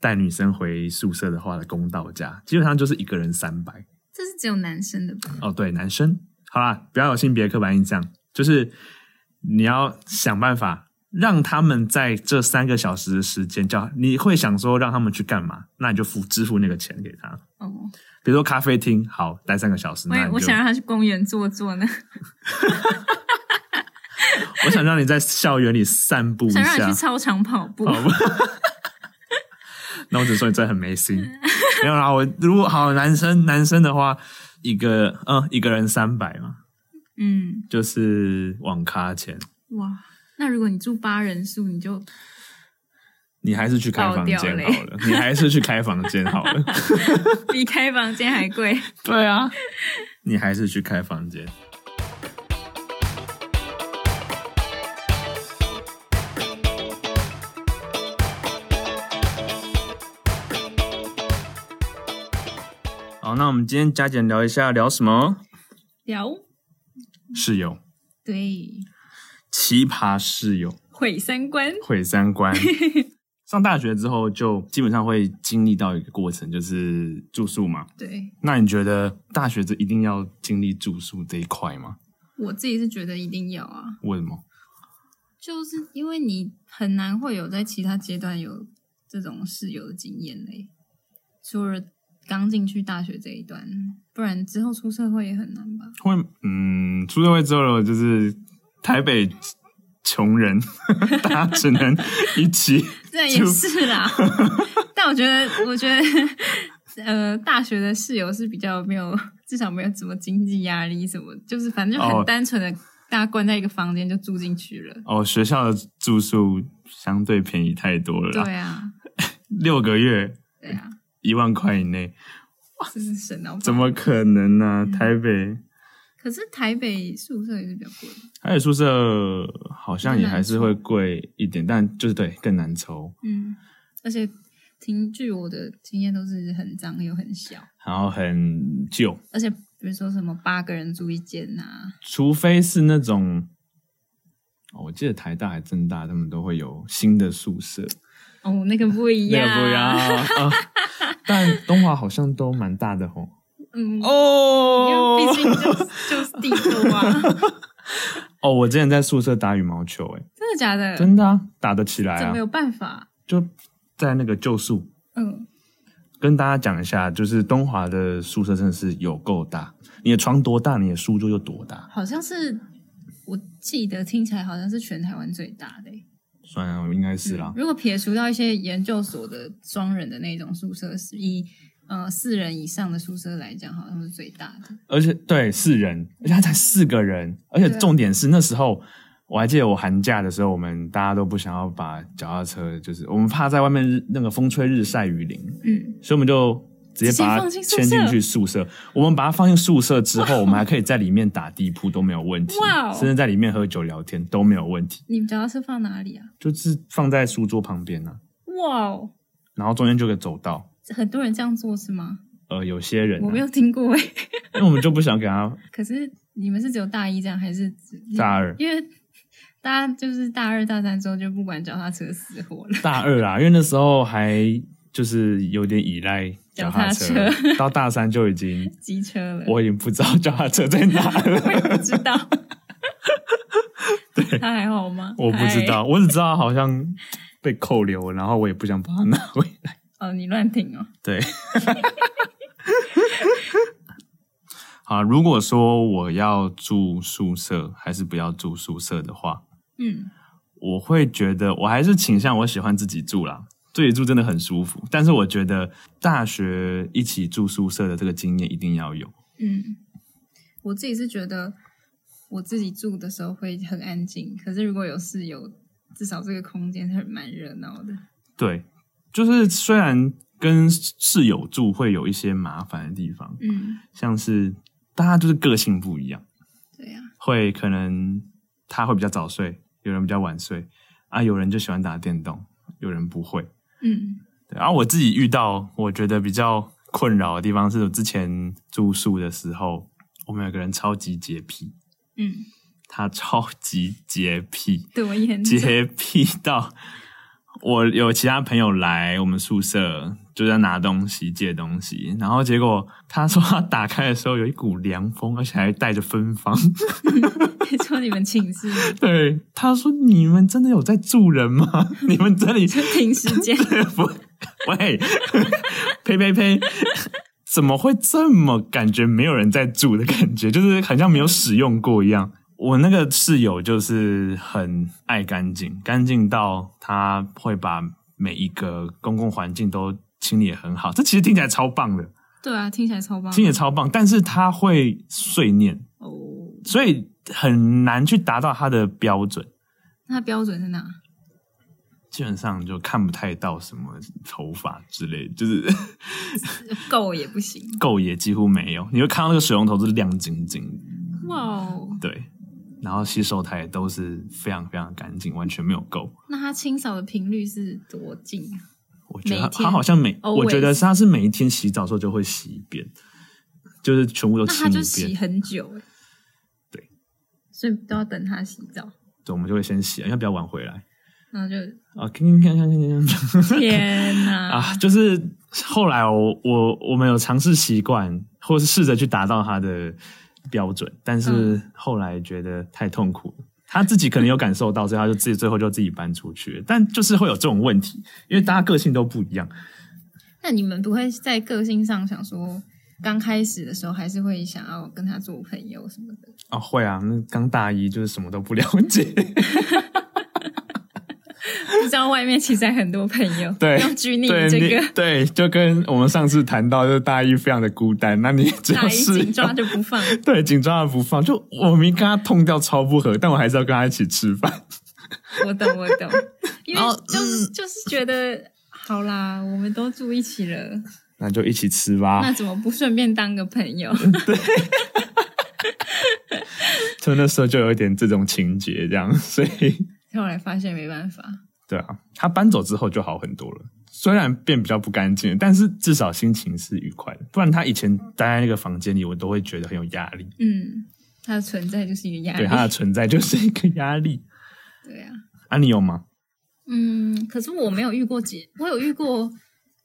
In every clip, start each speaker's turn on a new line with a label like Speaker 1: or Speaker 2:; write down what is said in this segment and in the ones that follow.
Speaker 1: 带女生回宿舍的话的公道价，基本上就是一个人三百。
Speaker 2: 这是只有男生的吧？
Speaker 1: 哦，对，男生，好啦，不要有性别刻板印象，就是你要想办法让他们在这三个小时的时间叫，你会想说让他们去干嘛，那你就付支付那个钱给他。
Speaker 2: 哦，
Speaker 1: 比如说咖啡厅，好，待三个小时，
Speaker 2: 我
Speaker 1: 那
Speaker 2: 也
Speaker 1: 你就
Speaker 2: 我想让他去公园坐坐呢，
Speaker 1: 我想让你在校园里散步一
Speaker 2: 想让你
Speaker 1: 下
Speaker 2: 去，操场跑步。
Speaker 1: 好吧？那我只说你真的很没 心。没有啦，我如果好男生男生的话，一个嗯一个人三百嘛，
Speaker 2: 嗯，
Speaker 1: 就是网咖钱，
Speaker 2: 哇，那如果你住八人宿，你就
Speaker 1: 你还是去开房间好
Speaker 2: 爆掉
Speaker 1: 了，你还是去开房间好了。
Speaker 2: 比开房间还贵。
Speaker 1: 对啊，你还是去开房间。好，那我们今天加减聊一下，聊什么？
Speaker 2: 聊
Speaker 1: 室友，
Speaker 2: 对，
Speaker 1: 奇葩室友，
Speaker 2: 毁三观。
Speaker 1: 毁三观。上大学之后，就基本上会经历到一个过程，就是住宿嘛。
Speaker 2: 对
Speaker 1: 那你觉得大学这一定要经历住宿这一块吗？
Speaker 2: 我自己是觉得一定要啊，
Speaker 1: 为什么？
Speaker 2: 就是因为你很难会有在其他阶段有这种室友的经验嘞，除了刚进去大学这一段，不然之后出社会也很难吧。
Speaker 1: 会嗯，出社会之后就是台北穷人，大家只能一起。
Speaker 2: 这也是啦，但我觉得，我觉得，呃，大学的室友是比较没有， 至少没有什么经济压力什么，就是反正就
Speaker 1: 哦
Speaker 2: 很单纯的，大家关在一个房间就住进去了。
Speaker 1: 哦，学校的住宿相对便宜太多了啦，
Speaker 2: 对啊，
Speaker 1: 六个月
Speaker 2: 对啊，
Speaker 1: 一万块以内，
Speaker 2: 真是神啊！
Speaker 1: 怎？么可能呢、台北
Speaker 2: 可是台北宿舍也是比较贵的，
Speaker 1: 台北宿舍好像也还是会贵一点，但就是对更难抽，
Speaker 2: 嗯，而且听据我的经验都是很脏又很小，
Speaker 1: 然后很旧，
Speaker 2: 而且比如说什么八个人住一间啊呐、
Speaker 1: 除非是那种。哦我记得台大还政大，他们都会有新的宿舍，
Speaker 2: 哦，那个不一
Speaker 1: 那
Speaker 2: 样，
Speaker 1: 个不一样 啊！啊但东华好像都蛮大的吼。
Speaker 2: 嗯，
Speaker 1: 哦
Speaker 2: 因为毕竟就是就是地多啊，
Speaker 1: 哦，我之前在宿舍打羽毛球、欸，
Speaker 2: 真的假的？
Speaker 1: 真的啊，打得起来
Speaker 2: 这
Speaker 1: 啊
Speaker 2: 没，有办法。
Speaker 1: 就在那个旧宿。
Speaker 2: 嗯，
Speaker 1: 跟大家讲一下，就是东华的宿舍真的是有够大，你的床多大，你的书桌就多大。
Speaker 2: 好像是，我记得听起来好像是全台湾最大的欸、
Speaker 1: 算啊了，应该是啦。
Speaker 2: 如果撇除到一些研究所的双人的那种宿舍，是以呃四人以上的宿舍来讲，好像是最大的。
Speaker 1: 而且对四人，而且他才四个人，而且
Speaker 2: 对啊
Speaker 1: 重点是那时候我还记得我寒假的时候，我们大家都不想要把脚踏车，就是我们怕在外面日那个风吹日晒雨淋，
Speaker 2: 嗯，
Speaker 1: 所以我们就直接把它
Speaker 2: 直接
Speaker 1: 牵
Speaker 2: 放进宿舍
Speaker 1: 进去宿舍。我们把它放进宿舍之后，我们还可以在里面打地铺都没有问题
Speaker 2: 哇哦，
Speaker 1: 甚至在里面喝酒聊天都没有问题，
Speaker 2: 你们脚踏车放哪里啊？
Speaker 1: 就是放在书桌旁边啊，
Speaker 2: 哇哦，
Speaker 1: 然后中间就可以走道。
Speaker 2: 很多人这样做是吗？
Speaker 1: 呃，有些人、啊
Speaker 2: 我，没有听过哎、
Speaker 1: 因为我们就不想给他
Speaker 2: 可是你们是只有大一这样，还是只
Speaker 1: 大二
Speaker 2: 因为大家就是大二大三之后就不管脚踏车死活了。
Speaker 1: 大二啊，因为 那时候还就是有点依赖脚踏车
Speaker 2: 脚 踏，
Speaker 1: 到大三就已 经
Speaker 2: 机车了，
Speaker 1: 我已经不知道脚踏车在哪了。
Speaker 2: 我也不知道。对，他还好吗？
Speaker 1: 我不知道，我只知道好像被扣留，然后我也不想把它 拿回来。
Speaker 2: 嗨。哦，你乱停哦。
Speaker 1: 对， 好，如果说我要住宿舍还是不要住宿舍的话，
Speaker 2: 嗯，
Speaker 1: 我会觉得我还是倾向我喜欢自己住啦。自己住真的很舒服，但是我觉得大学一起住宿舍的这个经验一定要有。
Speaker 2: 嗯，我自己是觉得我自己住的时候会很安静，可是如果有室友，至少这个空间是很蛮热闹的。
Speaker 1: 对，就是虽然跟室友住会有一些麻烦的地方，
Speaker 2: 嗯，
Speaker 1: 像是大家就是个性不一样，
Speaker 2: 对啊呀、
Speaker 1: 会可能他会比较早睡，有人比较晚睡啊，有人就喜欢打电动，有人不会。
Speaker 2: 嗯
Speaker 1: 对，然后我自己遇到我觉得比较困扰的地方是，我之前住宿的时候，我们有个人超级洁癖，
Speaker 2: 嗯，
Speaker 1: 他超级洁癖，
Speaker 2: 嗯对我严重。
Speaker 1: 洁癖到我有其他朋友来我们宿舍，就在拿东西、借东西，然后结果他说他打开的时候有一股凉风，而且还带着芬芳。
Speaker 2: 说你们寝室
Speaker 1: 对，他说你们真的有在住人吗？ 你们这里
Speaker 2: 就停时间，
Speaker 1: 不，喂，呸呸呸！怎么会这么感觉没有人在住的感觉？就是好像没有使用过一样。我那个室友就是很爱干净，干净到他会把每一个公共环境都清理得很好。这其实听起来超棒的，
Speaker 2: 对啊，听起来超棒
Speaker 1: 听起来超棒，但是他会碎念，
Speaker 2: 哦。
Speaker 1: 所以很难去达到他的标准。
Speaker 2: 那标准是哪？
Speaker 1: 基本上就看不太到什么头发之类，就是
Speaker 2: 够也不行。
Speaker 1: 垢也几乎没有。你会看到那个水龙头是亮晶晶的，
Speaker 2: 哇哦，
Speaker 1: 对，然后洗手台都是非常非常干净，完全没有垢。
Speaker 2: 那他清扫的频率是多近啊？
Speaker 1: 我觉得
Speaker 2: 每天
Speaker 1: 他好像每，
Speaker 2: always
Speaker 1: 我觉得他是每一天洗澡的时候就会洗一遍，就是全部都
Speaker 2: 那
Speaker 1: 清
Speaker 2: 他就
Speaker 1: 一
Speaker 2: 洗
Speaker 1: 遍。
Speaker 2: 很久欸
Speaker 1: 对，
Speaker 2: 所以都要等他洗澡，
Speaker 1: 对，我们就会先洗，要不要晚回来？
Speaker 2: 然后就
Speaker 1: 啊，看看看看看看
Speaker 2: 天哪、
Speaker 1: 啊！就是后来我我我们有尝试习惯，或是试着去达到他的标准，但是
Speaker 2: 嗯
Speaker 1: 后来觉得太痛苦了。他自己可能有感受到，所以他就自己最后就自己搬出去了。但就是会有这种问题，因为大家个性都不一样。
Speaker 2: 那你们不会在个性上想说，刚开始的时候还是会想要跟他做朋友什么的？
Speaker 1: 啊，会啊，那刚大一就是什么都不了 解，
Speaker 2: 不知道外面其实还很多朋友，
Speaker 1: 对
Speaker 2: 要拘泥于
Speaker 1: 对
Speaker 2: 这
Speaker 1: 你
Speaker 2: 个
Speaker 1: 对，就跟我们上次谈到，就是大一非常的孤单，那你只
Speaker 2: 大
Speaker 1: 有
Speaker 2: 衣
Speaker 1: 室
Speaker 2: 紧
Speaker 1: 友
Speaker 2: 抓就不放。
Speaker 1: 对紧抓着不放，就我明跟他痛掉超不合，但我还是要跟他一起吃饭。
Speaker 2: 我懂，我懂，因为
Speaker 1: 然后
Speaker 2: 就是、
Speaker 1: 嗯
Speaker 2: 就是觉得好啦，我们都住一起了，
Speaker 1: 那就一起吃
Speaker 2: 那
Speaker 1: 吧，
Speaker 2: 怎么不顺便当个朋友？
Speaker 1: 就那时候就有一点这种情节，这样， 所以
Speaker 2: 后来发现没办法，
Speaker 1: 对啊，他搬走之后就好很多了，虽然变比较不干净，但是至少心情是愉快的。不然他以前待在那个房间里，我都会觉得很有压力，
Speaker 2: 嗯，它的存在就是一个压
Speaker 1: 对他
Speaker 2: 力，
Speaker 1: 的存在就是一个压力。
Speaker 2: 对啊，
Speaker 1: 啊，你有吗？
Speaker 2: 嗯，可是我没有遇过洁，我有遇过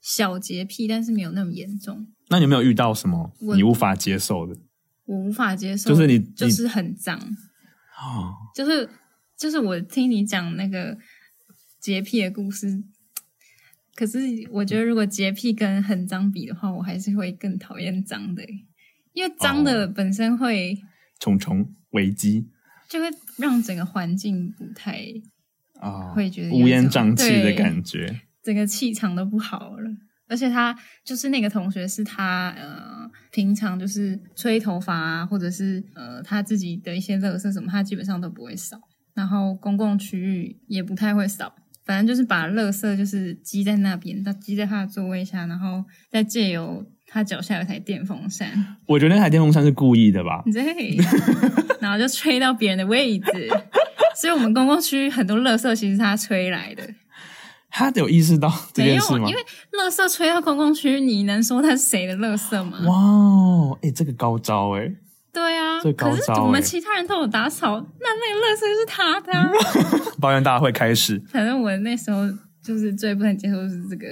Speaker 2: 小洁癖，但是没有那么严重，
Speaker 1: 那你有没有遇到什么
Speaker 2: 我
Speaker 1: 你无法接受 的？
Speaker 2: 我无法接受，
Speaker 1: 就是你
Speaker 2: 就
Speaker 1: 你
Speaker 2: 是很脏，
Speaker 1: 哦，
Speaker 2: 就是就是我听你讲那个洁癖的故事，可是我觉得如果洁癖跟很脏比的话，我还是会更讨厌脏的欸，因为脏的
Speaker 1: 哦
Speaker 2: 本身会、
Speaker 1: 虫虫危机
Speaker 2: 就会让整个环境不太，
Speaker 1: 啊，
Speaker 2: 会觉得有一种
Speaker 1: 乌烟瘴气的
Speaker 2: 对
Speaker 1: 感觉。
Speaker 2: 整个气场都不好了。而且他就是那个同学，是他呃平常就是吹头发啊，或者是呃他自己的一些垃圾什么，他基本上都不会扫。然后公共区域也不太会扫，反正就是把垃圾就是积在那边，他积在他的座位下，然后再借由他脚下有台电风扇，
Speaker 1: 我觉得那台电风扇是故意的吧？
Speaker 2: 对，啊然后就吹到别人的位置。所以我们公共区域很多垃圾其实是他吹来的。
Speaker 1: 他有意识到这
Speaker 2: 没
Speaker 1: 件
Speaker 2: 有
Speaker 1: 事，吗
Speaker 2: 因？为垃圾吹到公共区，你能说它是谁的垃圾
Speaker 1: 哇
Speaker 2: 吗？
Speaker 1: 哦，哎，这个高招哎！
Speaker 2: 对啊，
Speaker 1: 最高
Speaker 2: 可是
Speaker 1: 招
Speaker 2: 我们
Speaker 1: 欸
Speaker 2: 其他人都有打扫，那那个垃圾就是他的、啊。
Speaker 1: 抱怨大会开始，
Speaker 2: 反正我那时候就是最不能接受的是这个，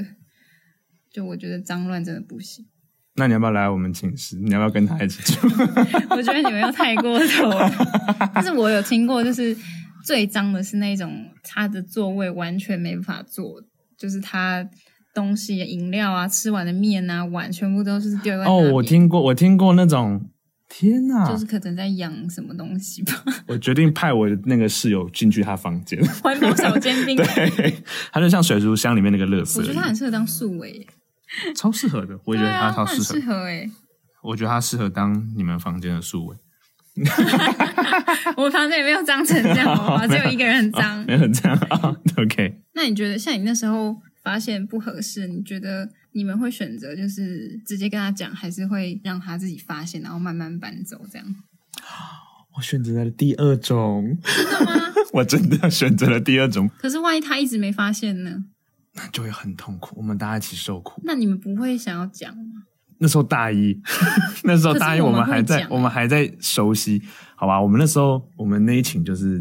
Speaker 2: 就我觉得脏乱真的不行，
Speaker 1: 那你要不要来我们寝室？你要不要跟他一起 住？
Speaker 2: 我觉得你们又太过 头了。但是我有听过，就是最脏的是那种他的座位完全没法坐，就是他。东西、饮料啊、吃完的面啊、碗，全部都是丢在
Speaker 1: 哦，
Speaker 2: 那
Speaker 1: 我
Speaker 2: 边
Speaker 1: 听过，我听过那种。天呐！
Speaker 2: 就是可能在养什么东西吧。
Speaker 1: 我决定派我那个室友进去他房 间，
Speaker 2: 环保小尖兵。
Speaker 1: 对，他就像水族箱里面那个乐色
Speaker 2: 我觉，得他很适合当树尾，
Speaker 1: 超适合的。我也觉
Speaker 2: 对
Speaker 1: 得他
Speaker 2: 啊，他
Speaker 1: 超
Speaker 2: 很
Speaker 1: 适合
Speaker 2: 适，合哎。
Speaker 1: 我觉得他适合当你们房间的树尾。
Speaker 2: 我们房间也没有脏成这 样，好吧，只有一个人很脏。
Speaker 1: 没有这样啊 ，OK。
Speaker 2: 那你觉得，像你那时候发现不合适，你觉得你们会选择就是直接跟他讲，还是会让他自己发现，然后慢慢搬走这样？
Speaker 1: 我选择了第二种，真的 吗？我真的选择了第二种，
Speaker 2: 可是万一他一直没发现呢？
Speaker 1: 那就会很痛苦，我们大家一起受苦。
Speaker 2: 那你们不会想要讲吗？
Speaker 1: 那时候大一， 那时候大一
Speaker 2: 可是我
Speaker 1: 我
Speaker 2: 们
Speaker 1: 们还
Speaker 2: 会
Speaker 1: 在
Speaker 2: 讲，啊
Speaker 1: 我们还在熟悉，好吧？我们那时候我们那一群就是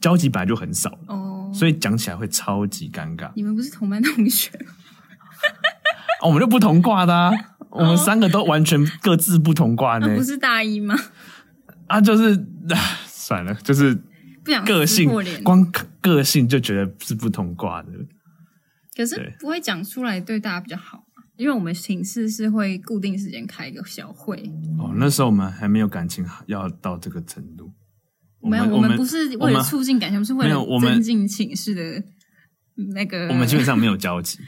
Speaker 1: 交集本来就很少，
Speaker 2: 哦，
Speaker 1: 所以讲起来会超级尴尬。啊
Speaker 2: 你们不是同班同学 吗？
Speaker 1: 哦，我们就不同挂的、啊，我们三个都完全各自不同挂呢
Speaker 2: 哦啊那。不是大一吗？
Speaker 1: 啊，就是啊算了，就是
Speaker 2: 不想
Speaker 1: 个
Speaker 2: 啊撕
Speaker 1: 性
Speaker 2: 破脸，
Speaker 1: 光个性就觉得是不同挂的。
Speaker 2: 可
Speaker 1: 对
Speaker 2: 是不会讲出来，对大家比较好嘛。因为我们寝室是会固定时间开一个小会，
Speaker 1: 哦，那时候我们还没有感情要到这个程度。我
Speaker 2: 没有，
Speaker 1: 我
Speaker 2: 我
Speaker 1: 们
Speaker 2: 们不是
Speaker 1: 我
Speaker 2: 为了
Speaker 1: 们
Speaker 2: 促进感情，我们是为
Speaker 1: 没有我
Speaker 2: 了
Speaker 1: 们
Speaker 2: 增进寝室的嗯那个。
Speaker 1: 我们基本上没有交集，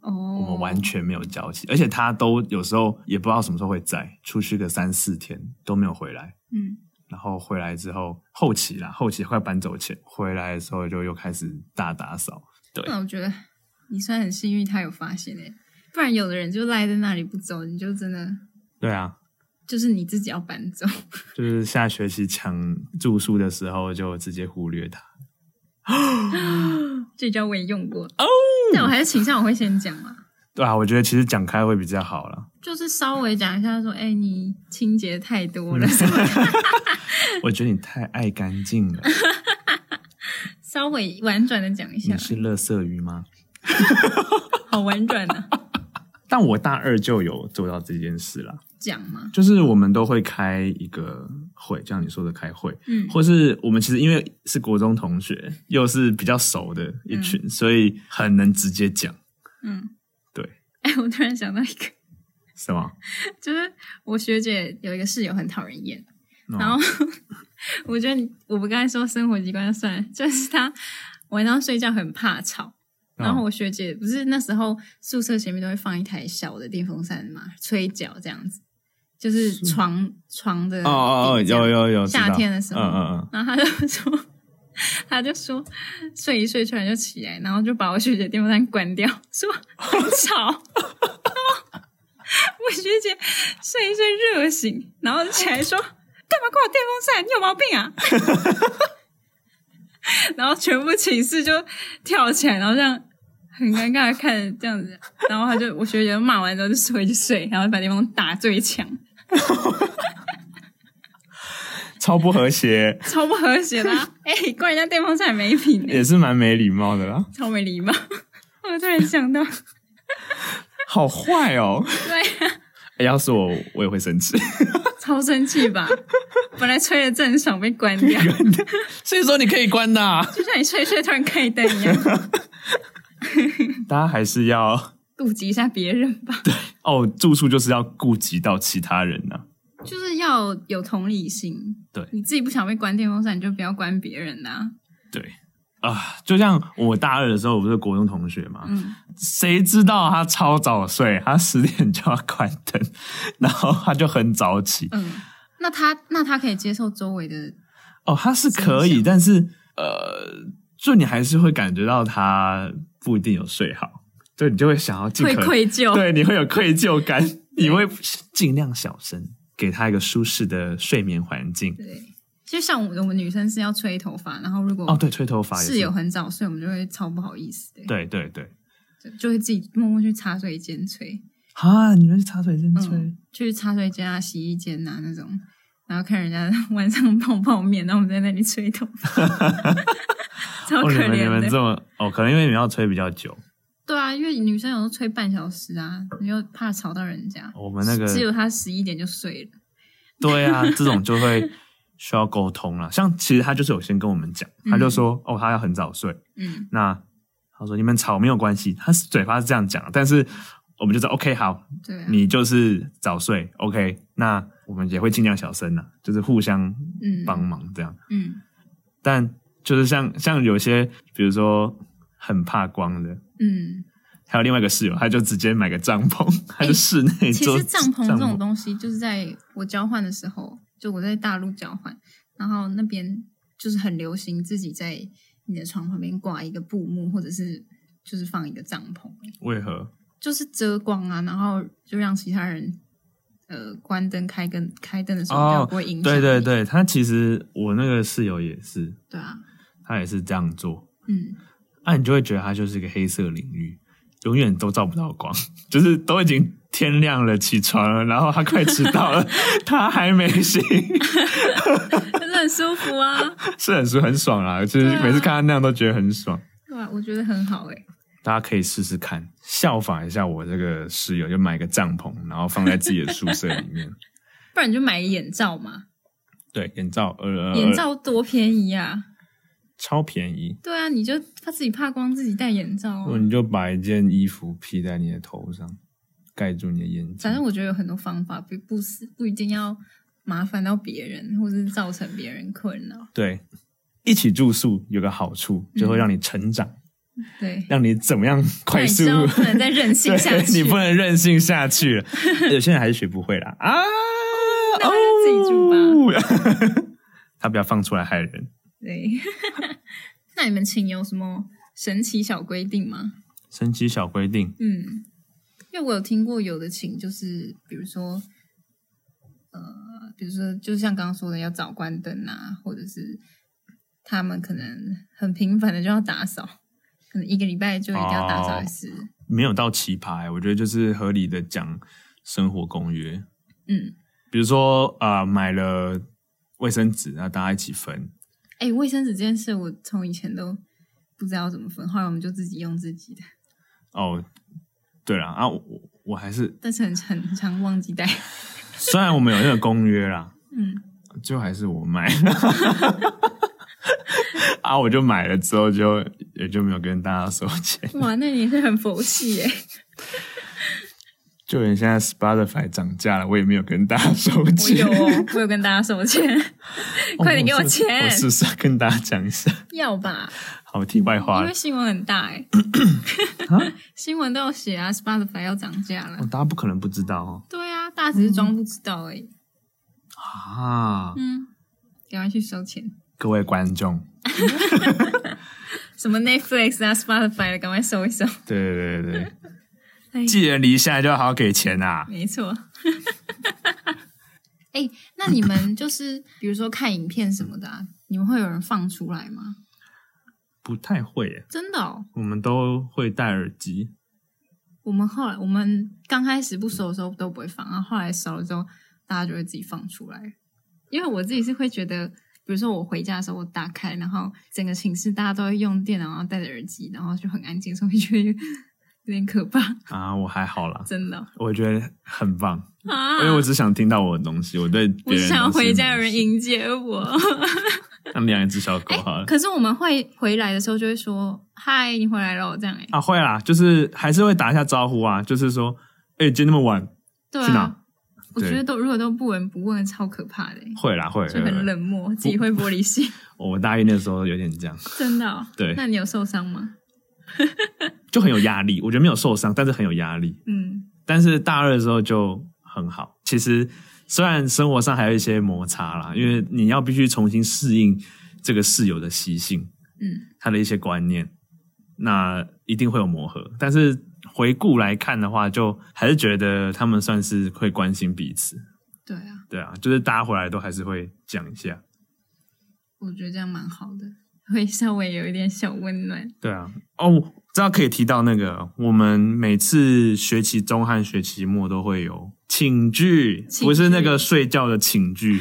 Speaker 2: 哦，
Speaker 1: 我们完全没有交集，而且他都有时候也不知道什么时候会在，出去个三四天都没有回来。
Speaker 2: 嗯，
Speaker 1: 然后回来之后，后期啦，后期快搬走前回来的时候就又开始大打扫。对
Speaker 2: 那我觉得你算很幸运，他有发现诶、不然有的人就赖在那里不走，你就真的
Speaker 1: 对啊，
Speaker 2: 就是你自己要搬走。
Speaker 1: 就是下学期抢住宿的时候就直接忽略他。
Speaker 2: 这招我也用过哦，但我还是倾向我会先讲嘛，
Speaker 1: 对啊，我觉得其实讲开会比较好啦。
Speaker 2: 就是稍微讲一下说，哎、你清洁太多了，
Speaker 1: 嗯
Speaker 2: 什么的
Speaker 1: 我觉得你太爱干净 了，
Speaker 2: 稍微婉转的讲一下
Speaker 1: 你，是垃圾鱼吗？
Speaker 2: 好婉转的、啊、
Speaker 1: 但我大二就有做到这件事啦，
Speaker 2: 讲嘛，
Speaker 1: 就是我们都会开一个会，就像你说的开会，
Speaker 2: 嗯，
Speaker 1: 或是我们其实因为是国中同学，又是比较熟的一群，所以很能直接讲，
Speaker 2: 嗯，
Speaker 1: 对。
Speaker 2: 哎、我突然想到一个，
Speaker 1: 是吗？
Speaker 2: 就是我学姐有一个室友很讨人厌，
Speaker 1: 哦
Speaker 2: 然后我觉得你我们刚才说生活习惯就算了，就是她晚上睡觉很怕吵。然后
Speaker 1: 哦
Speaker 2: 我学姐不是那时候宿舍前面都会放一台小的电风扇嘛，吹角这样子，就是床床的
Speaker 1: 哦哦哦，
Speaker 2: 底这样
Speaker 1: 有有有，知道
Speaker 2: 夏天的时候
Speaker 1: 嗯嗯
Speaker 2: 然后他就说，他就说睡一睡突然就起来，然后就把我学姐电风扇关掉，说很吵。 然后我学姐睡一睡热醒，然后起来说：“干嘛关我电风扇？你有毛病啊！” 然后全部寝室就跳起来，然后这样很尴尬的看着这样子，然后他就我学姐就骂完之后就回去睡，然后把电风扇打最强，
Speaker 1: 嗯，超不和谐，
Speaker 2: 超不和谐的、啊。哎、关人家电风扇没品、欸，
Speaker 1: 也是蛮没礼貌的啦，
Speaker 2: 超没礼貌。我突然想到，
Speaker 1: 好坏哦。
Speaker 2: 对、啊，
Speaker 1: 哎要是我，我也会生气。
Speaker 2: 超生气吧？本来吹的正爽，被关 掉，
Speaker 1: 所以说你可以关的啊、
Speaker 2: 就像你吹一吹突然开灯一样，
Speaker 1: 大家还是要
Speaker 2: 顾及一下别人吧，
Speaker 1: 哦，住宿就是要顾及到其他人呐、
Speaker 2: 就是要有同理心。
Speaker 1: 对
Speaker 2: 你自己不想被关电风扇，你就不要关别人啦、
Speaker 1: 对啊，就像我大二的时候，我不是国中同学嘛，
Speaker 2: 嗯，
Speaker 1: 谁知道他超早睡，他十点就要关灯， 然后他就很早起。
Speaker 2: 嗯，那他那他可以接受周围的，
Speaker 1: 哦，他是可以，
Speaker 2: 影响
Speaker 1: 但是呃，就你还是会感觉到他不一定有睡好，对你就会想要尽
Speaker 2: 会
Speaker 1: 可能
Speaker 2: 愧疚。
Speaker 1: 对，你会有愧疚 感，你会尽量小声，给他一个舒适的睡眠环境。
Speaker 2: 对，就像我我们女生是要吹头发，然后如
Speaker 1: 哦，
Speaker 2: 果
Speaker 1: 对，吹头发也是
Speaker 2: 室友，很早睡，我们就会超不好意思的，
Speaker 1: 对对对，
Speaker 2: 就就会自己默默去茶水间吹。
Speaker 1: 啊，你们去茶水间吹，
Speaker 2: 嗯，去茶水间啊、洗衣间啊那种，然后看人家 晚上泡泡面，然后我们在那里吹头 发，超
Speaker 1: 哦，
Speaker 2: 可
Speaker 1: 你们你
Speaker 2: 怜
Speaker 1: 们
Speaker 2: 的。
Speaker 1: 这么哦，可能因为你们要吹比较久，
Speaker 2: 对啊，因为女生有时候吹半小时啊，你又怕吵到人家。
Speaker 1: 我们那个
Speaker 2: 只有她十一点就睡了。
Speaker 1: 对啊，这种就会需要沟通了。像其实他就是有先跟我们讲，他就说、哦，他要很早睡，
Speaker 2: 嗯，
Speaker 1: 那他说你们吵没有关系，他是嘴巴是这样讲，但是我们就知道 OK 好，
Speaker 2: 对啊，
Speaker 1: 你就是早睡 OK，那我们也会尽量小声啦，就是互相
Speaker 2: 嗯
Speaker 1: 帮忙这样。
Speaker 2: 嗯
Speaker 1: 但就是像像有些比如说很怕光的。
Speaker 2: 嗯，
Speaker 1: 还有另外一个室友，他就直接买个帐篷，他就室内
Speaker 2: 哎其
Speaker 1: 做
Speaker 2: 实帐篷这种东西，就是在我交换的时候，就我在大陆交换，然后那边就是很流行自己在你的床旁边挂一个布幕，或者是就是放一个帐篷。
Speaker 1: 为何？
Speaker 2: 就是遮光啊，然后就让其他人呃关灯、开灯、开灯的时候
Speaker 1: 哦
Speaker 2: 比较不会影响、
Speaker 1: 对对，对，他其实我那个室友也是，
Speaker 2: 对啊，
Speaker 1: 他也是这样做，
Speaker 2: 嗯，
Speaker 1: 啊，你就会觉得它就是一个黑色领域，永远都照不到光， 就是都已经天亮 了，起床了，然后他快迟到了，他还没醒，
Speaker 2: 真的很舒服啊，
Speaker 1: 是很舒很爽啦，就是
Speaker 2: 对啊
Speaker 1: 每次看他那样都觉得很爽。
Speaker 2: 对啊吧？我觉得很好哎、
Speaker 1: 大家可以试试看，效仿一下我这个室友，就买个帐篷，然后放在自己的宿舍里 面。
Speaker 2: 不然你就买眼罩嘛，
Speaker 1: 对，眼罩，呃，呃
Speaker 2: 眼
Speaker 1: 呃
Speaker 2: 罩多便宜啊！
Speaker 1: 超便宜，
Speaker 2: 对啊，你就怕自己怕光，自己戴眼罩、啊
Speaker 1: 或。哦你就把一件衣服披在你的头上，盖住你的眼睛。
Speaker 2: 反正我觉得有很多方法，不不是不一定要麻烦到别人，或是造成别人困扰。
Speaker 1: 对，一起住宿有个好处，就会
Speaker 2: 嗯
Speaker 1: 让你成长，
Speaker 2: 对，
Speaker 1: 让你怎么样快速。
Speaker 2: 但你知道不能再任性下去，
Speaker 1: 对你不能任性下去 了。有些人还是学不会啦啊！
Speaker 2: 那
Speaker 1: 就
Speaker 2: 我
Speaker 1: 自己住吧。哦 他不要放出来害人。
Speaker 2: 对。 那你们请有什么神奇小规定吗？
Speaker 1: 神奇小规定，
Speaker 2: 嗯，因为我有听过有的请就是，比如说，呃，比如说，就像刚刚说的，要早关灯啊，或者是他们可能很频繁的就要打扫，可能一个礼拜就一定要打扫一次。
Speaker 1: 没有到奇葩、欸，我觉得就是合理的讲生活公约，
Speaker 2: 嗯，
Speaker 1: 比如说啊、呃买了卫生纸，那大家一起分，
Speaker 2: 哎、卫生纸这件事，我从以前都不知道怎么分，后来我们就自己用自己的，
Speaker 1: 哦，对了啊，我我还是
Speaker 2: 但是很 很很常忘记带。
Speaker 1: 虽然我们有那个公约啦，
Speaker 2: 嗯，
Speaker 1: 最后还是我买，啊，我就买了之后就也就没有跟大家收钱，
Speaker 2: 哇，那你是很佛系耶。
Speaker 1: 就连现在 Spotify 涨价了，我也没有跟大家收
Speaker 2: 我
Speaker 1: 钱
Speaker 2: 有，哦，我有跟大家收钱，
Speaker 1: 哦
Speaker 2: 快点给
Speaker 1: 我
Speaker 2: 我
Speaker 1: 是
Speaker 2: 钱
Speaker 1: 我是不是要跟大家讲一下？
Speaker 2: 要吧？
Speaker 1: 好，题外话
Speaker 2: 因
Speaker 1: 了
Speaker 2: 为，新闻很大哎、新闻都有写啊，Spotify 要涨价了
Speaker 1: 哦。大家不可能不知道哦
Speaker 2: 对啊，大家只是装不知道而已。
Speaker 1: 啊。
Speaker 2: 嗯，赶快去收钱，
Speaker 1: 各位观众，
Speaker 2: 什么 Netflix 啊、Spotify 的，赶快收一收。
Speaker 1: 对对对 对
Speaker 2: 哎
Speaker 1: 对，寄人篱下就要好好给钱啊！
Speaker 2: 没错。 哎、那你们就是比如说看影片什么的、啊，你们会有人放出来吗？
Speaker 1: 不太会耶，
Speaker 2: 真的哦，
Speaker 1: 我们都会戴耳机，
Speaker 2: 我们后来我们刚开始不熟的时候都不会放，然后后来熟了之后，大家就会自己放出来。因为我自己是会觉得，比如说我回家的时候，我打开，然后整个寝室大家都会用电脑，然后戴着耳机，然后就很安静，所以觉得有点可怕，
Speaker 1: 啊，我还好啦，
Speaker 2: 真的哦
Speaker 1: 我觉得很棒，
Speaker 2: 啊！
Speaker 1: 因为我只想听到我的东西，我对
Speaker 2: 我
Speaker 1: 别人的
Speaker 2: 想
Speaker 1: 东西
Speaker 2: 回家，有
Speaker 1: 没
Speaker 2: 人迎接 我。
Speaker 1: 兴趣，那养一只小狗好了。
Speaker 2: 可是我们会回来的时候就会说：“嗨，你回来了。”这样哎、
Speaker 1: 啊，会啦，就是还是会打一下招呼啊，就是说，哎、今天那么晚，
Speaker 2: 对
Speaker 1: 去哪
Speaker 2: 啊，我觉得都如果都不闻不问，超可怕的、欸，
Speaker 1: 会啦，会，
Speaker 2: 就
Speaker 1: 会
Speaker 2: 很。
Speaker 1: 会
Speaker 2: 冷漠，自己会玻璃心，
Speaker 1: 我大一那时候有点这样，
Speaker 2: 真的、哦。
Speaker 1: 对
Speaker 2: 那你有受伤吗？
Speaker 1: 就很有压力。我觉得没有受伤，但是很有压力。
Speaker 2: 嗯，
Speaker 1: 但是大二的时候就很好。其实虽然生活上还有一些摩擦啦，因为你要必须重新适应这个室友的习性，
Speaker 2: 嗯，
Speaker 1: 他的一些观念，那一定会有磨合。但是回顾来看的话，就还是觉得他们算是会关心彼此。
Speaker 2: 对啊，
Speaker 1: 对啊，就是大家回来都还是会讲一下。
Speaker 2: 我觉得这样蛮好的， 会稍微有一点小温暖。
Speaker 1: 对啊，哦，这样可以提到那个，我们每次学期中和学期末都会有寝具，
Speaker 2: 寝具
Speaker 1: 不是那个睡觉的寝 具，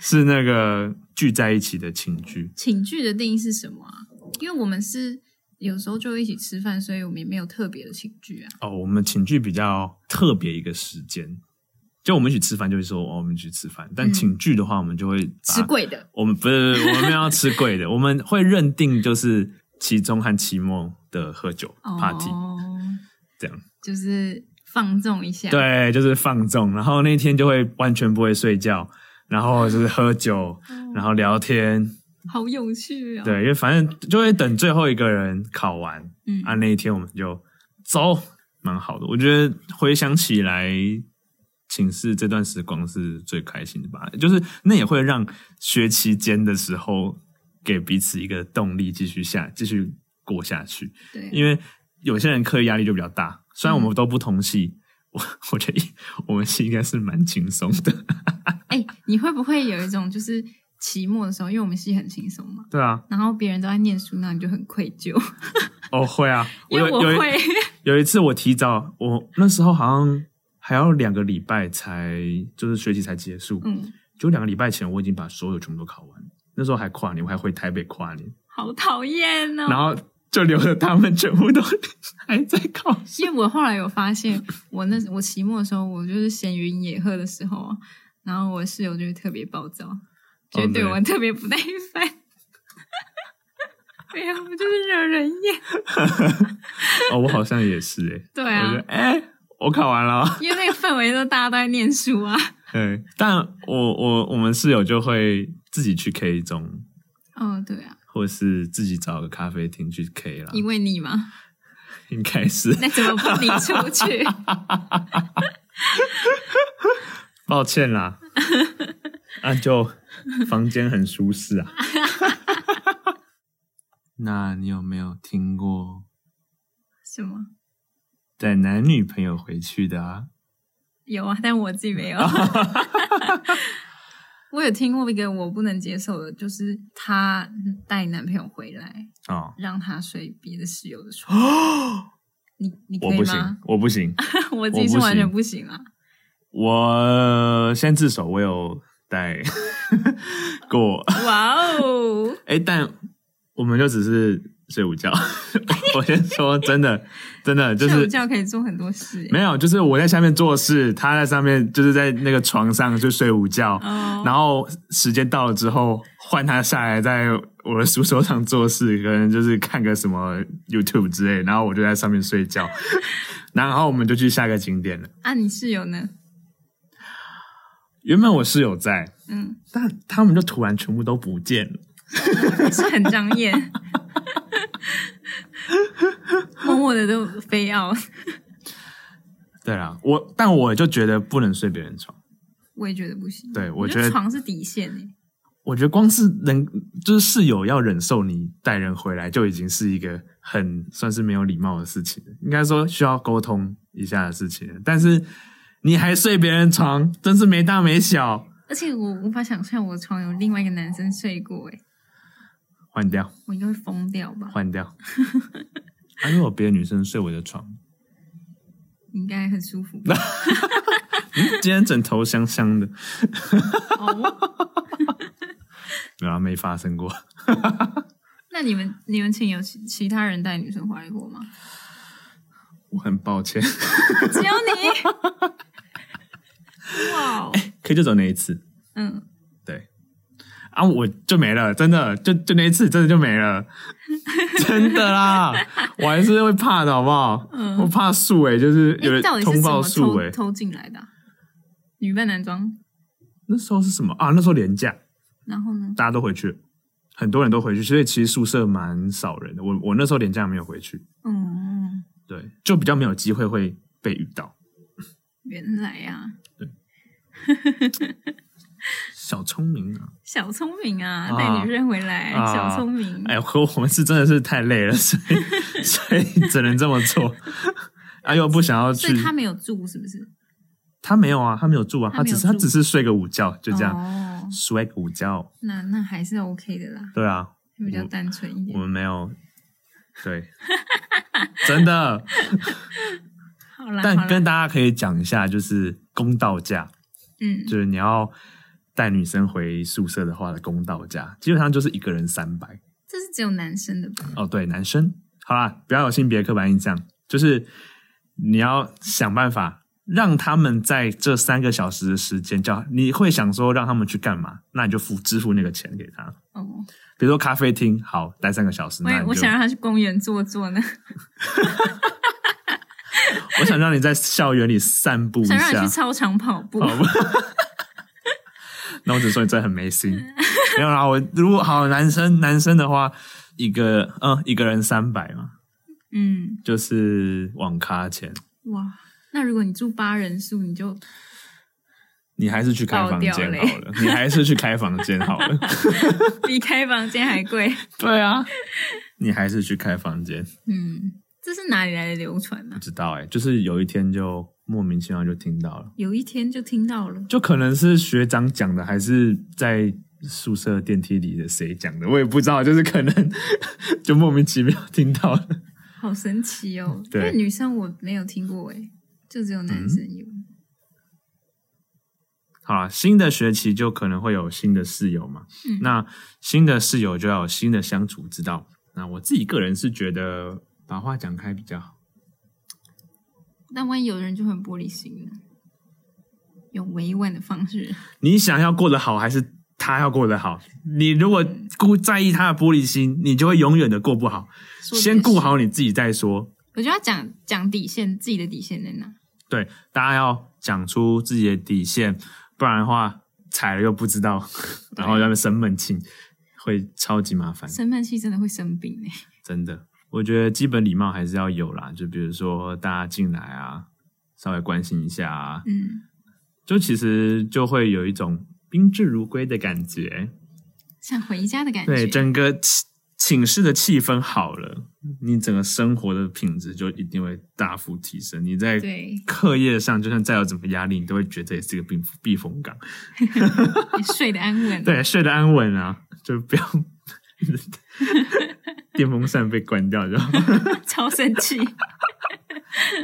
Speaker 1: 是那个聚在一起的寝具。
Speaker 2: 寝具的定义是什么啊？因为我们是有时候就会一起吃饭，所以我们也没有特别的寝具啊。
Speaker 1: 哦，我们寝具比较特别一个时间，就我们一起吃饭就会说哦，我们去吃饭，但
Speaker 2: 嗯
Speaker 1: 寝具的话，我们就会把
Speaker 2: 吃贵的，
Speaker 1: 我们不是我们没有要吃贵的，我 们会认定就是期中和期末的喝酒 party、
Speaker 2: 哦，
Speaker 1: 这样。
Speaker 2: 就是放纵一下。，
Speaker 1: 对，就是放纵，然后那天就会完全不会睡觉，然后就是喝酒，
Speaker 2: 嗯
Speaker 1: 然后聊天，
Speaker 2: 好有趣哦。，
Speaker 1: 对，因为反正就会等最后一个人考完
Speaker 2: 嗯，
Speaker 1: 啊，那一天我们就走，蛮好的。我觉得回想起来，寝室这段时光是最开心的吧，就是那也会让学期间的时候给彼此一个动力，继续下继续过下去。
Speaker 2: 对啊，
Speaker 1: 因为有些人课业压力就比较大，虽然我
Speaker 2: 嗯
Speaker 1: 们都不同系，我我觉得我们系应该是蛮轻松的。
Speaker 2: 哎、你会不会有一种就是期末的时候，因为我们系很轻松嘛，
Speaker 1: 对啊，
Speaker 2: 然后别人都在念书，那你就很愧疚，
Speaker 1: 哦会啊，
Speaker 2: 因为我
Speaker 1: 有有
Speaker 2: 会
Speaker 1: 一，有一次我提早，我那时候好像还要两个礼拜才就是学期才结束，
Speaker 2: 嗯，
Speaker 1: 就两个礼拜前我已经把所有全部都考完，那时候还跨年，我还回台北跨年，
Speaker 2: 好讨厌
Speaker 1: 然
Speaker 2: 哦！
Speaker 1: 后就留着他们全部都 还在考试。
Speaker 2: 因为我后来有发现，我那我期末的时候，我就是闲云野鹤的时候啊，然后我室友就会特别暴躁，觉得对
Speaker 1: 对
Speaker 2: 我特别不耐烦。 对呀、我就是惹人厌。
Speaker 1: 哦，我好像也是诶、
Speaker 2: 对
Speaker 1: 欸，我
Speaker 2: 啊
Speaker 1: 就，哎、我考完了哦。
Speaker 2: 因为那个氛围都大家都在念书啊。
Speaker 1: 对，但我我我们室友就会自己去 K 中，
Speaker 2: 哦，对啊，
Speaker 1: 或是自己找个咖啡厅去 K 啦，
Speaker 2: 因为你嘛，
Speaker 1: 应该是。
Speaker 2: 那怎么不你出去？
Speaker 1: 抱歉 啦，那就房间很舒适 啊。那你有没有听过
Speaker 2: 什么？
Speaker 1: 带男女朋友回去的啊？
Speaker 2: 有啊，但我自己没有。我有听过一个我不能接受的，就是她带男朋友回来，
Speaker 1: 哦，
Speaker 2: 让她睡别的室友 的床。
Speaker 1: 我
Speaker 2: 你你可以
Speaker 1: 不行
Speaker 2: 吗？，
Speaker 1: 我不行，
Speaker 2: 我自己是完全
Speaker 1: 我
Speaker 2: 不行啊。
Speaker 1: 我先自首，我有带 过。
Speaker 2: 哇哦，
Speaker 1: 哎，但我们就只是睡午觉。 我先说真的，真的 就
Speaker 2: 睡
Speaker 1: 是
Speaker 2: 午觉可以做很多事欸、
Speaker 1: 没有，就是我在下面做事，他在上面就是在那个床上就睡午觉，
Speaker 2: 哦，
Speaker 1: 然后时间到了之后换他下来在我的书桌上做事，可能就是看个什么 YouTube 之类，然后我就在上面睡 觉，然后我们就去下个景点了。
Speaker 2: 啊，你室友呢？
Speaker 1: 原本我室友在，
Speaker 2: 嗯，
Speaker 1: 但他们就突然全部都不见了。
Speaker 2: 是很张眼， 默默的都飞 out。
Speaker 1: 对啦，我但我就觉得不能睡别人床。
Speaker 2: 我也觉得不行。
Speaker 1: 对我
Speaker 2: 我
Speaker 1: 觉得
Speaker 2: 床是底线欸诶、
Speaker 1: 我觉得光是能就是室友要忍受你带人回来，就已经是一个很算是没有礼貌的事情了，应该说需要沟通一下的事情了。但是你还睡别人床，真是没大没小，
Speaker 2: 而且我无法想象我床有另外一个男生睡过诶、
Speaker 1: 换掉，
Speaker 2: 我应该会疯掉 吧？
Speaker 1: 换掉。啊、如果别的女生睡我的床，
Speaker 2: 应该很舒服吧？
Speaker 1: 嗯 今天枕头香香的，
Speaker 2: 哦，
Speaker 1: 然后啊没发生过。
Speaker 2: 那你们你们寝有其其他人带女生回来过吗？
Speaker 1: 我很抱歉，
Speaker 2: 只有你。哇哦，
Speaker 1: 可以就走那一次，
Speaker 2: 嗯，
Speaker 1: 对。啊，我就没了，真的，就就那一次，真的就没了， 真的啦，我还是会怕的，好不好？
Speaker 2: 嗯
Speaker 1: 我怕树诶、就是有
Speaker 2: 诶
Speaker 1: 人
Speaker 2: 到底是
Speaker 1: 通
Speaker 2: 怎
Speaker 1: 报
Speaker 2: 么
Speaker 1: 树欸
Speaker 2: 偷、
Speaker 1: 诶、
Speaker 2: 偷进来的啊、女扮男装，
Speaker 1: 那时候是什么啊？那时候廉价，
Speaker 2: 然后呢？
Speaker 1: 大家都回去，很多人都回去，所以其实宿舍蛮少人的。我我那时候廉价没有回去，
Speaker 2: 嗯，
Speaker 1: 对，就比较没有机会会被遇到。
Speaker 2: 原来啊呀、
Speaker 1: 小聪明啊！
Speaker 2: 小聪明啊，
Speaker 1: 啊
Speaker 2: 带女生回来，
Speaker 1: 啊
Speaker 2: 小聪明。
Speaker 1: 哎，和我们是真的是太累了，所以 所以只能这么做。 啊，又不想要
Speaker 2: 所
Speaker 1: 去
Speaker 2: 以，他没有住，是不是？
Speaker 1: 他没有啊，他没有住啊，
Speaker 2: 他
Speaker 1: 他
Speaker 2: 没有
Speaker 1: 只是他
Speaker 2: 住
Speaker 1: 只是睡个午觉，就这样、
Speaker 2: 哦，
Speaker 1: 睡个午觉。
Speaker 2: 那那还是 OK 的啦，
Speaker 1: 对啊，
Speaker 2: 比较单纯一
Speaker 1: 我
Speaker 2: 点。
Speaker 1: 们没有，对， 真的。
Speaker 2: 好啦，好
Speaker 1: 但
Speaker 2: 啦
Speaker 1: 跟大家可以讲一下，就是公道价，
Speaker 2: 嗯，
Speaker 1: 就是你要带女生回宿舍的话的公道价，基本上就是一个人三百。
Speaker 2: 这是只有男生的吧？
Speaker 1: 哦，对，男生，好啦，不要有性别刻板印象，就是你要想办法让他们在这三个小时的时间叫你会想说让他们去干嘛，那你就付支付那个钱给他。
Speaker 2: 哦，
Speaker 1: 比如说咖啡厅，好，待三个小时，
Speaker 2: 我
Speaker 1: 那
Speaker 2: 也
Speaker 1: 你就
Speaker 2: 我想让他去公园坐坐呢，
Speaker 1: 我想让你在校园里散步一
Speaker 2: 想让你
Speaker 1: 下
Speaker 2: 去，操场跑步。
Speaker 1: 好吧？ 那我只说你真的很没心，没有啦。我如果好男生男生的话，一个嗯一个人三百嘛，
Speaker 2: 嗯，
Speaker 1: 就是网咖钱，
Speaker 2: 哇，那如果你住八人宿，你就
Speaker 1: 你还是去开房
Speaker 2: 爆掉
Speaker 1: 间
Speaker 2: 嘞
Speaker 1: 好了，你还是去开房间好 了。
Speaker 2: 比开房间还贵。
Speaker 1: 对啊，你还是去开房间，
Speaker 2: 嗯，这是哪里来的流传啊呢、
Speaker 1: 不知道哎、就是有一天就莫名其妙就听到了，
Speaker 2: 有一天就听到了，
Speaker 1: 就可能是学长讲的，还是在。宿舍电梯里的谁讲的，我也不知道，就是可能 就莫名其妙听到了。
Speaker 2: 好神奇哦！因
Speaker 1: 对
Speaker 2: 为女
Speaker 1: 嗯
Speaker 2: 生我没有听过诶，就只有男生有。
Speaker 1: 好啦，新的学期就可能会有新的室友嘛，
Speaker 2: 嗯
Speaker 1: 那新的室友就要有新的相处之道。那我自己个人是觉得把话讲开比较好。
Speaker 2: 但万一有的人就很玻璃心呢，用委婉的 方式，
Speaker 1: 你想要过得好，还是他要过得好？你如果顾在意他的玻璃心，你就会永远的过不好。
Speaker 2: 说
Speaker 1: 先
Speaker 2: 这个
Speaker 1: 顾
Speaker 2: 事。
Speaker 1: 好你自己再说。
Speaker 2: 我觉得要讲讲底线，自己的底线在哪？
Speaker 1: 对，大家要讲出自己的底线，不然的话踩了又不知道，然后让们生闷气，会超级麻烦。
Speaker 2: 生闷气真的会生病哎、
Speaker 1: 真的，我觉得基本礼貌还是要有啦。就比如说大家进来啊，稍微关心一下啊，
Speaker 2: 嗯，
Speaker 1: 就其实就会有一种宾至如归的感觉。
Speaker 2: 像回家的感觉。
Speaker 1: 对，整个寝寝室的气氛好了，你整个生活的品质就一定会大幅提升。你在
Speaker 2: 对
Speaker 1: 课业上，就算再有怎么压力，你都会觉得这也是一个避避风港。
Speaker 2: 也睡得安稳。
Speaker 1: 对，睡得安稳啊，就不要 电风扇被关掉就好。
Speaker 2: 超生气。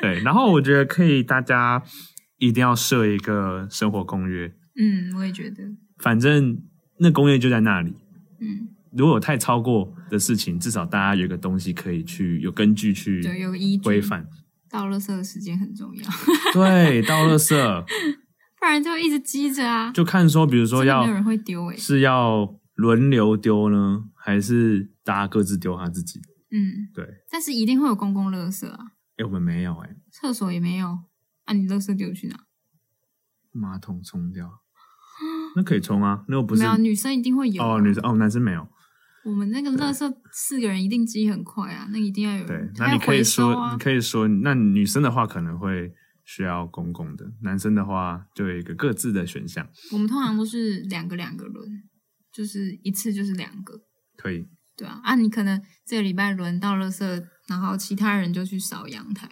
Speaker 1: 对，然后我觉得可以，大家一定要设一个生活公约，
Speaker 2: 嗯，我也觉得。
Speaker 1: 反正那公约就在那里。
Speaker 2: 嗯，
Speaker 1: 如果有太超过的事情，至少大家有一个东西可以去有根据去
Speaker 2: 对，有个依
Speaker 1: 嗯
Speaker 2: 据。
Speaker 1: 规范。
Speaker 2: 倒垃圾的时间很重要，
Speaker 1: 对，倒垃圾
Speaker 2: 不然就一直积着啊。
Speaker 1: 就看说，比如说
Speaker 2: 真的
Speaker 1: 要
Speaker 2: 没有人会丢哎、
Speaker 1: 是要轮流丢呢，还是大家各自丢他自己？
Speaker 2: 嗯，
Speaker 1: 对，
Speaker 2: 但是一定会有公共垃圾啊，
Speaker 1: 哎，我们没有哎，
Speaker 2: 厕所也没有啊，你垃圾丢去哪？
Speaker 1: 马桶冲掉，那可以冲啊，那又不是
Speaker 2: 没有，女生一定会有、啊
Speaker 1: 哦，女生哦，男生没有，
Speaker 2: 我们那个垃圾四个人一定积很快啊，那一定要有
Speaker 1: 对
Speaker 2: 人，，
Speaker 1: 那
Speaker 2: 还
Speaker 1: 你
Speaker 2: 要
Speaker 1: 可以
Speaker 2: 回收
Speaker 1: 说，
Speaker 2: 啊
Speaker 1: 你。可以说，那女生的话可能会需要公共的，男生的话就有一个各自的选项，
Speaker 2: 我们通常都是两个两个轮，就是一次就是两个，
Speaker 1: 可以。
Speaker 2: 对啊，啊，你可能这个礼拜轮到垃圾，然后其他人就去扫阳台，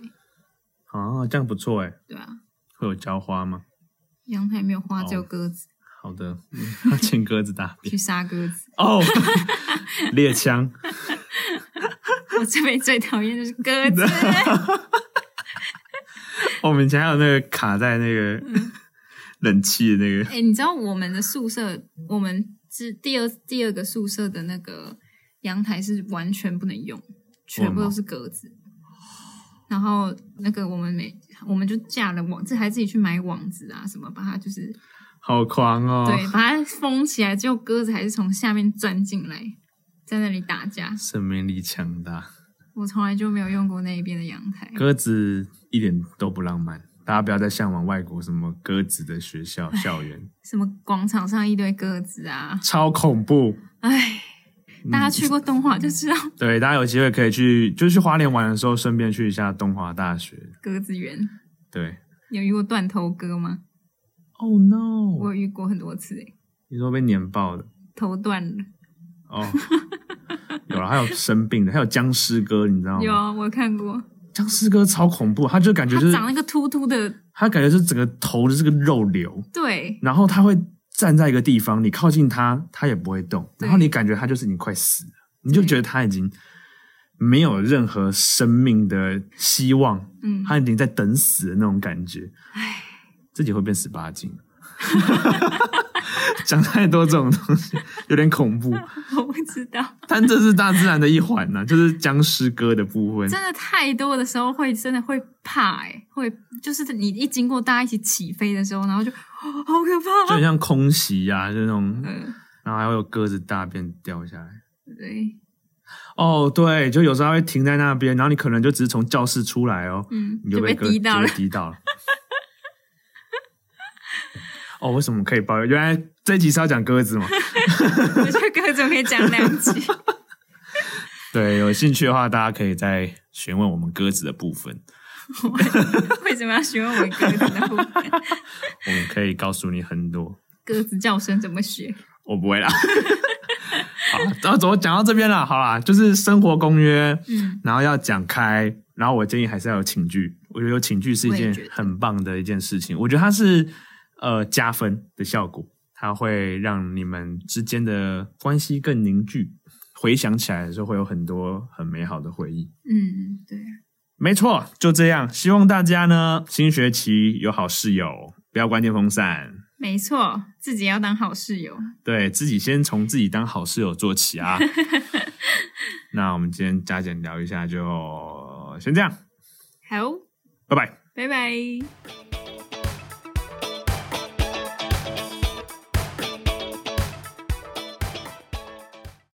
Speaker 1: 哦，这样不错哎，
Speaker 2: 对啊，
Speaker 1: 会有浇花吗？
Speaker 2: 阳台没有花，只有
Speaker 1: 哦
Speaker 2: 鸽子，
Speaker 1: 好的，嗯请鸽子大便
Speaker 2: 去杀鸽子。
Speaker 1: 哦，猎枪，
Speaker 2: 我这边最讨厌就是鸽子，
Speaker 1: 哦我们以前还有那个卡在那个
Speaker 2: 嗯
Speaker 1: 冷气的那个
Speaker 2: 哎、你知道我们的宿舍，我们是第二第二个宿舍的那个阳台是完全不能用，全部都是格子。然后那个我们每我们就架了网，这还自己去买网子啊什么，把它就是、
Speaker 1: 好狂哦，
Speaker 2: 对，把它封起来。结果鸽子还是从下面钻进来，在那里打架。
Speaker 1: 生命力强大，
Speaker 2: 我从来就没有用过那一边的阳台，
Speaker 1: 鸽子一点都不浪漫。大家不要再向往外国什么鸽子的学校校园，
Speaker 2: 什么广场上一堆鸽子啊，
Speaker 1: 超恐怖。
Speaker 2: 唉，
Speaker 1: 嗯
Speaker 2: 大家去过动画就知道
Speaker 1: 对，大家有机会可以去，就是去花莲玩的时候，顺便去一下东华大学。
Speaker 2: 鸽子园。
Speaker 1: 对
Speaker 2: 你有遇过断头鸽吗？
Speaker 1: ，Oh
Speaker 2: 我
Speaker 1: no！
Speaker 2: 有遇过很多次、欸，
Speaker 1: 你说被碾爆的
Speaker 2: 头断了。
Speaker 1: 哦 有了，还有生病的，还有僵尸哥，你知道
Speaker 2: 有
Speaker 1: 吗？
Speaker 2: 啊，我有看过，
Speaker 1: 僵尸哥超恐怖，他就感哦觉
Speaker 2: 它
Speaker 1: 就是
Speaker 2: 长了一个秃秃的，
Speaker 1: 他感觉是整个头就是个肉瘤，
Speaker 2: 对
Speaker 1: 然后他会站在一个地方，你靠近他，他也不会动，
Speaker 2: 对
Speaker 1: 然后你感觉他就是你快死了，你就
Speaker 2: 对
Speaker 1: 觉得他已经没有任何生命的希望，
Speaker 2: 嗯
Speaker 1: 他已经在等死的那种感觉，自己会变十八禁。 讲太多这种东西有点恐怖，
Speaker 2: 我不知道，
Speaker 1: 但这是大自然的一环呐、就是僵尸哥的部分。
Speaker 2: 真的太多的时候会真的会怕、欸，会就是你一经过大家一起起飞的时候，然后就、哦好可
Speaker 1: 就
Speaker 2: 怕、
Speaker 1: 很
Speaker 2: 啊，
Speaker 1: 像空袭呀、就那种，
Speaker 2: 嗯，
Speaker 1: 然后还会有鸽子大便掉下来。
Speaker 2: 对，
Speaker 1: 哦，对，就有时候它会停在那边，然后你可能就只是从教室出来哦，
Speaker 2: 嗯，
Speaker 1: 你
Speaker 2: 就
Speaker 1: 被
Speaker 2: 被
Speaker 1: 鸽
Speaker 2: 滴到了
Speaker 1: 就，被滴到了。哦，为什么可以抱怨？原来这一集是要讲鸽子嘛？
Speaker 2: 我觉得各种可以讲两集，
Speaker 1: 对，有兴趣的话，大家可以再询问我们鸽子的部分，
Speaker 2: 为什么要询问我鸽子的部分？
Speaker 1: 我们可以告诉你很多。
Speaker 2: 鸽子叫声怎么学？
Speaker 1: 我不会啦。 好，然后怎么讲到这边了？好啦，就是生活公约，
Speaker 2: 嗯，
Speaker 1: 然后要讲开，然后我建议还是要有寝具。我觉得有寝具是一
Speaker 2: 我
Speaker 1: 件
Speaker 2: 也觉得
Speaker 1: 很棒的一件事情，我觉得它是呃加分的效果，它会让你们之间的关系更凝聚。回想起来的时候，会有很多很美好的回忆。
Speaker 2: 嗯，对，
Speaker 1: 没错，就这样。希望大家呢，新学期有好室友，不要关电风扇，
Speaker 2: 没错，自己要当好室友。
Speaker 1: 对自己先从自己当好室友做起啊。那我们今天加减聊一下，就先这样，
Speaker 2: 好，
Speaker 1: 拜拜。
Speaker 2: 拜拜。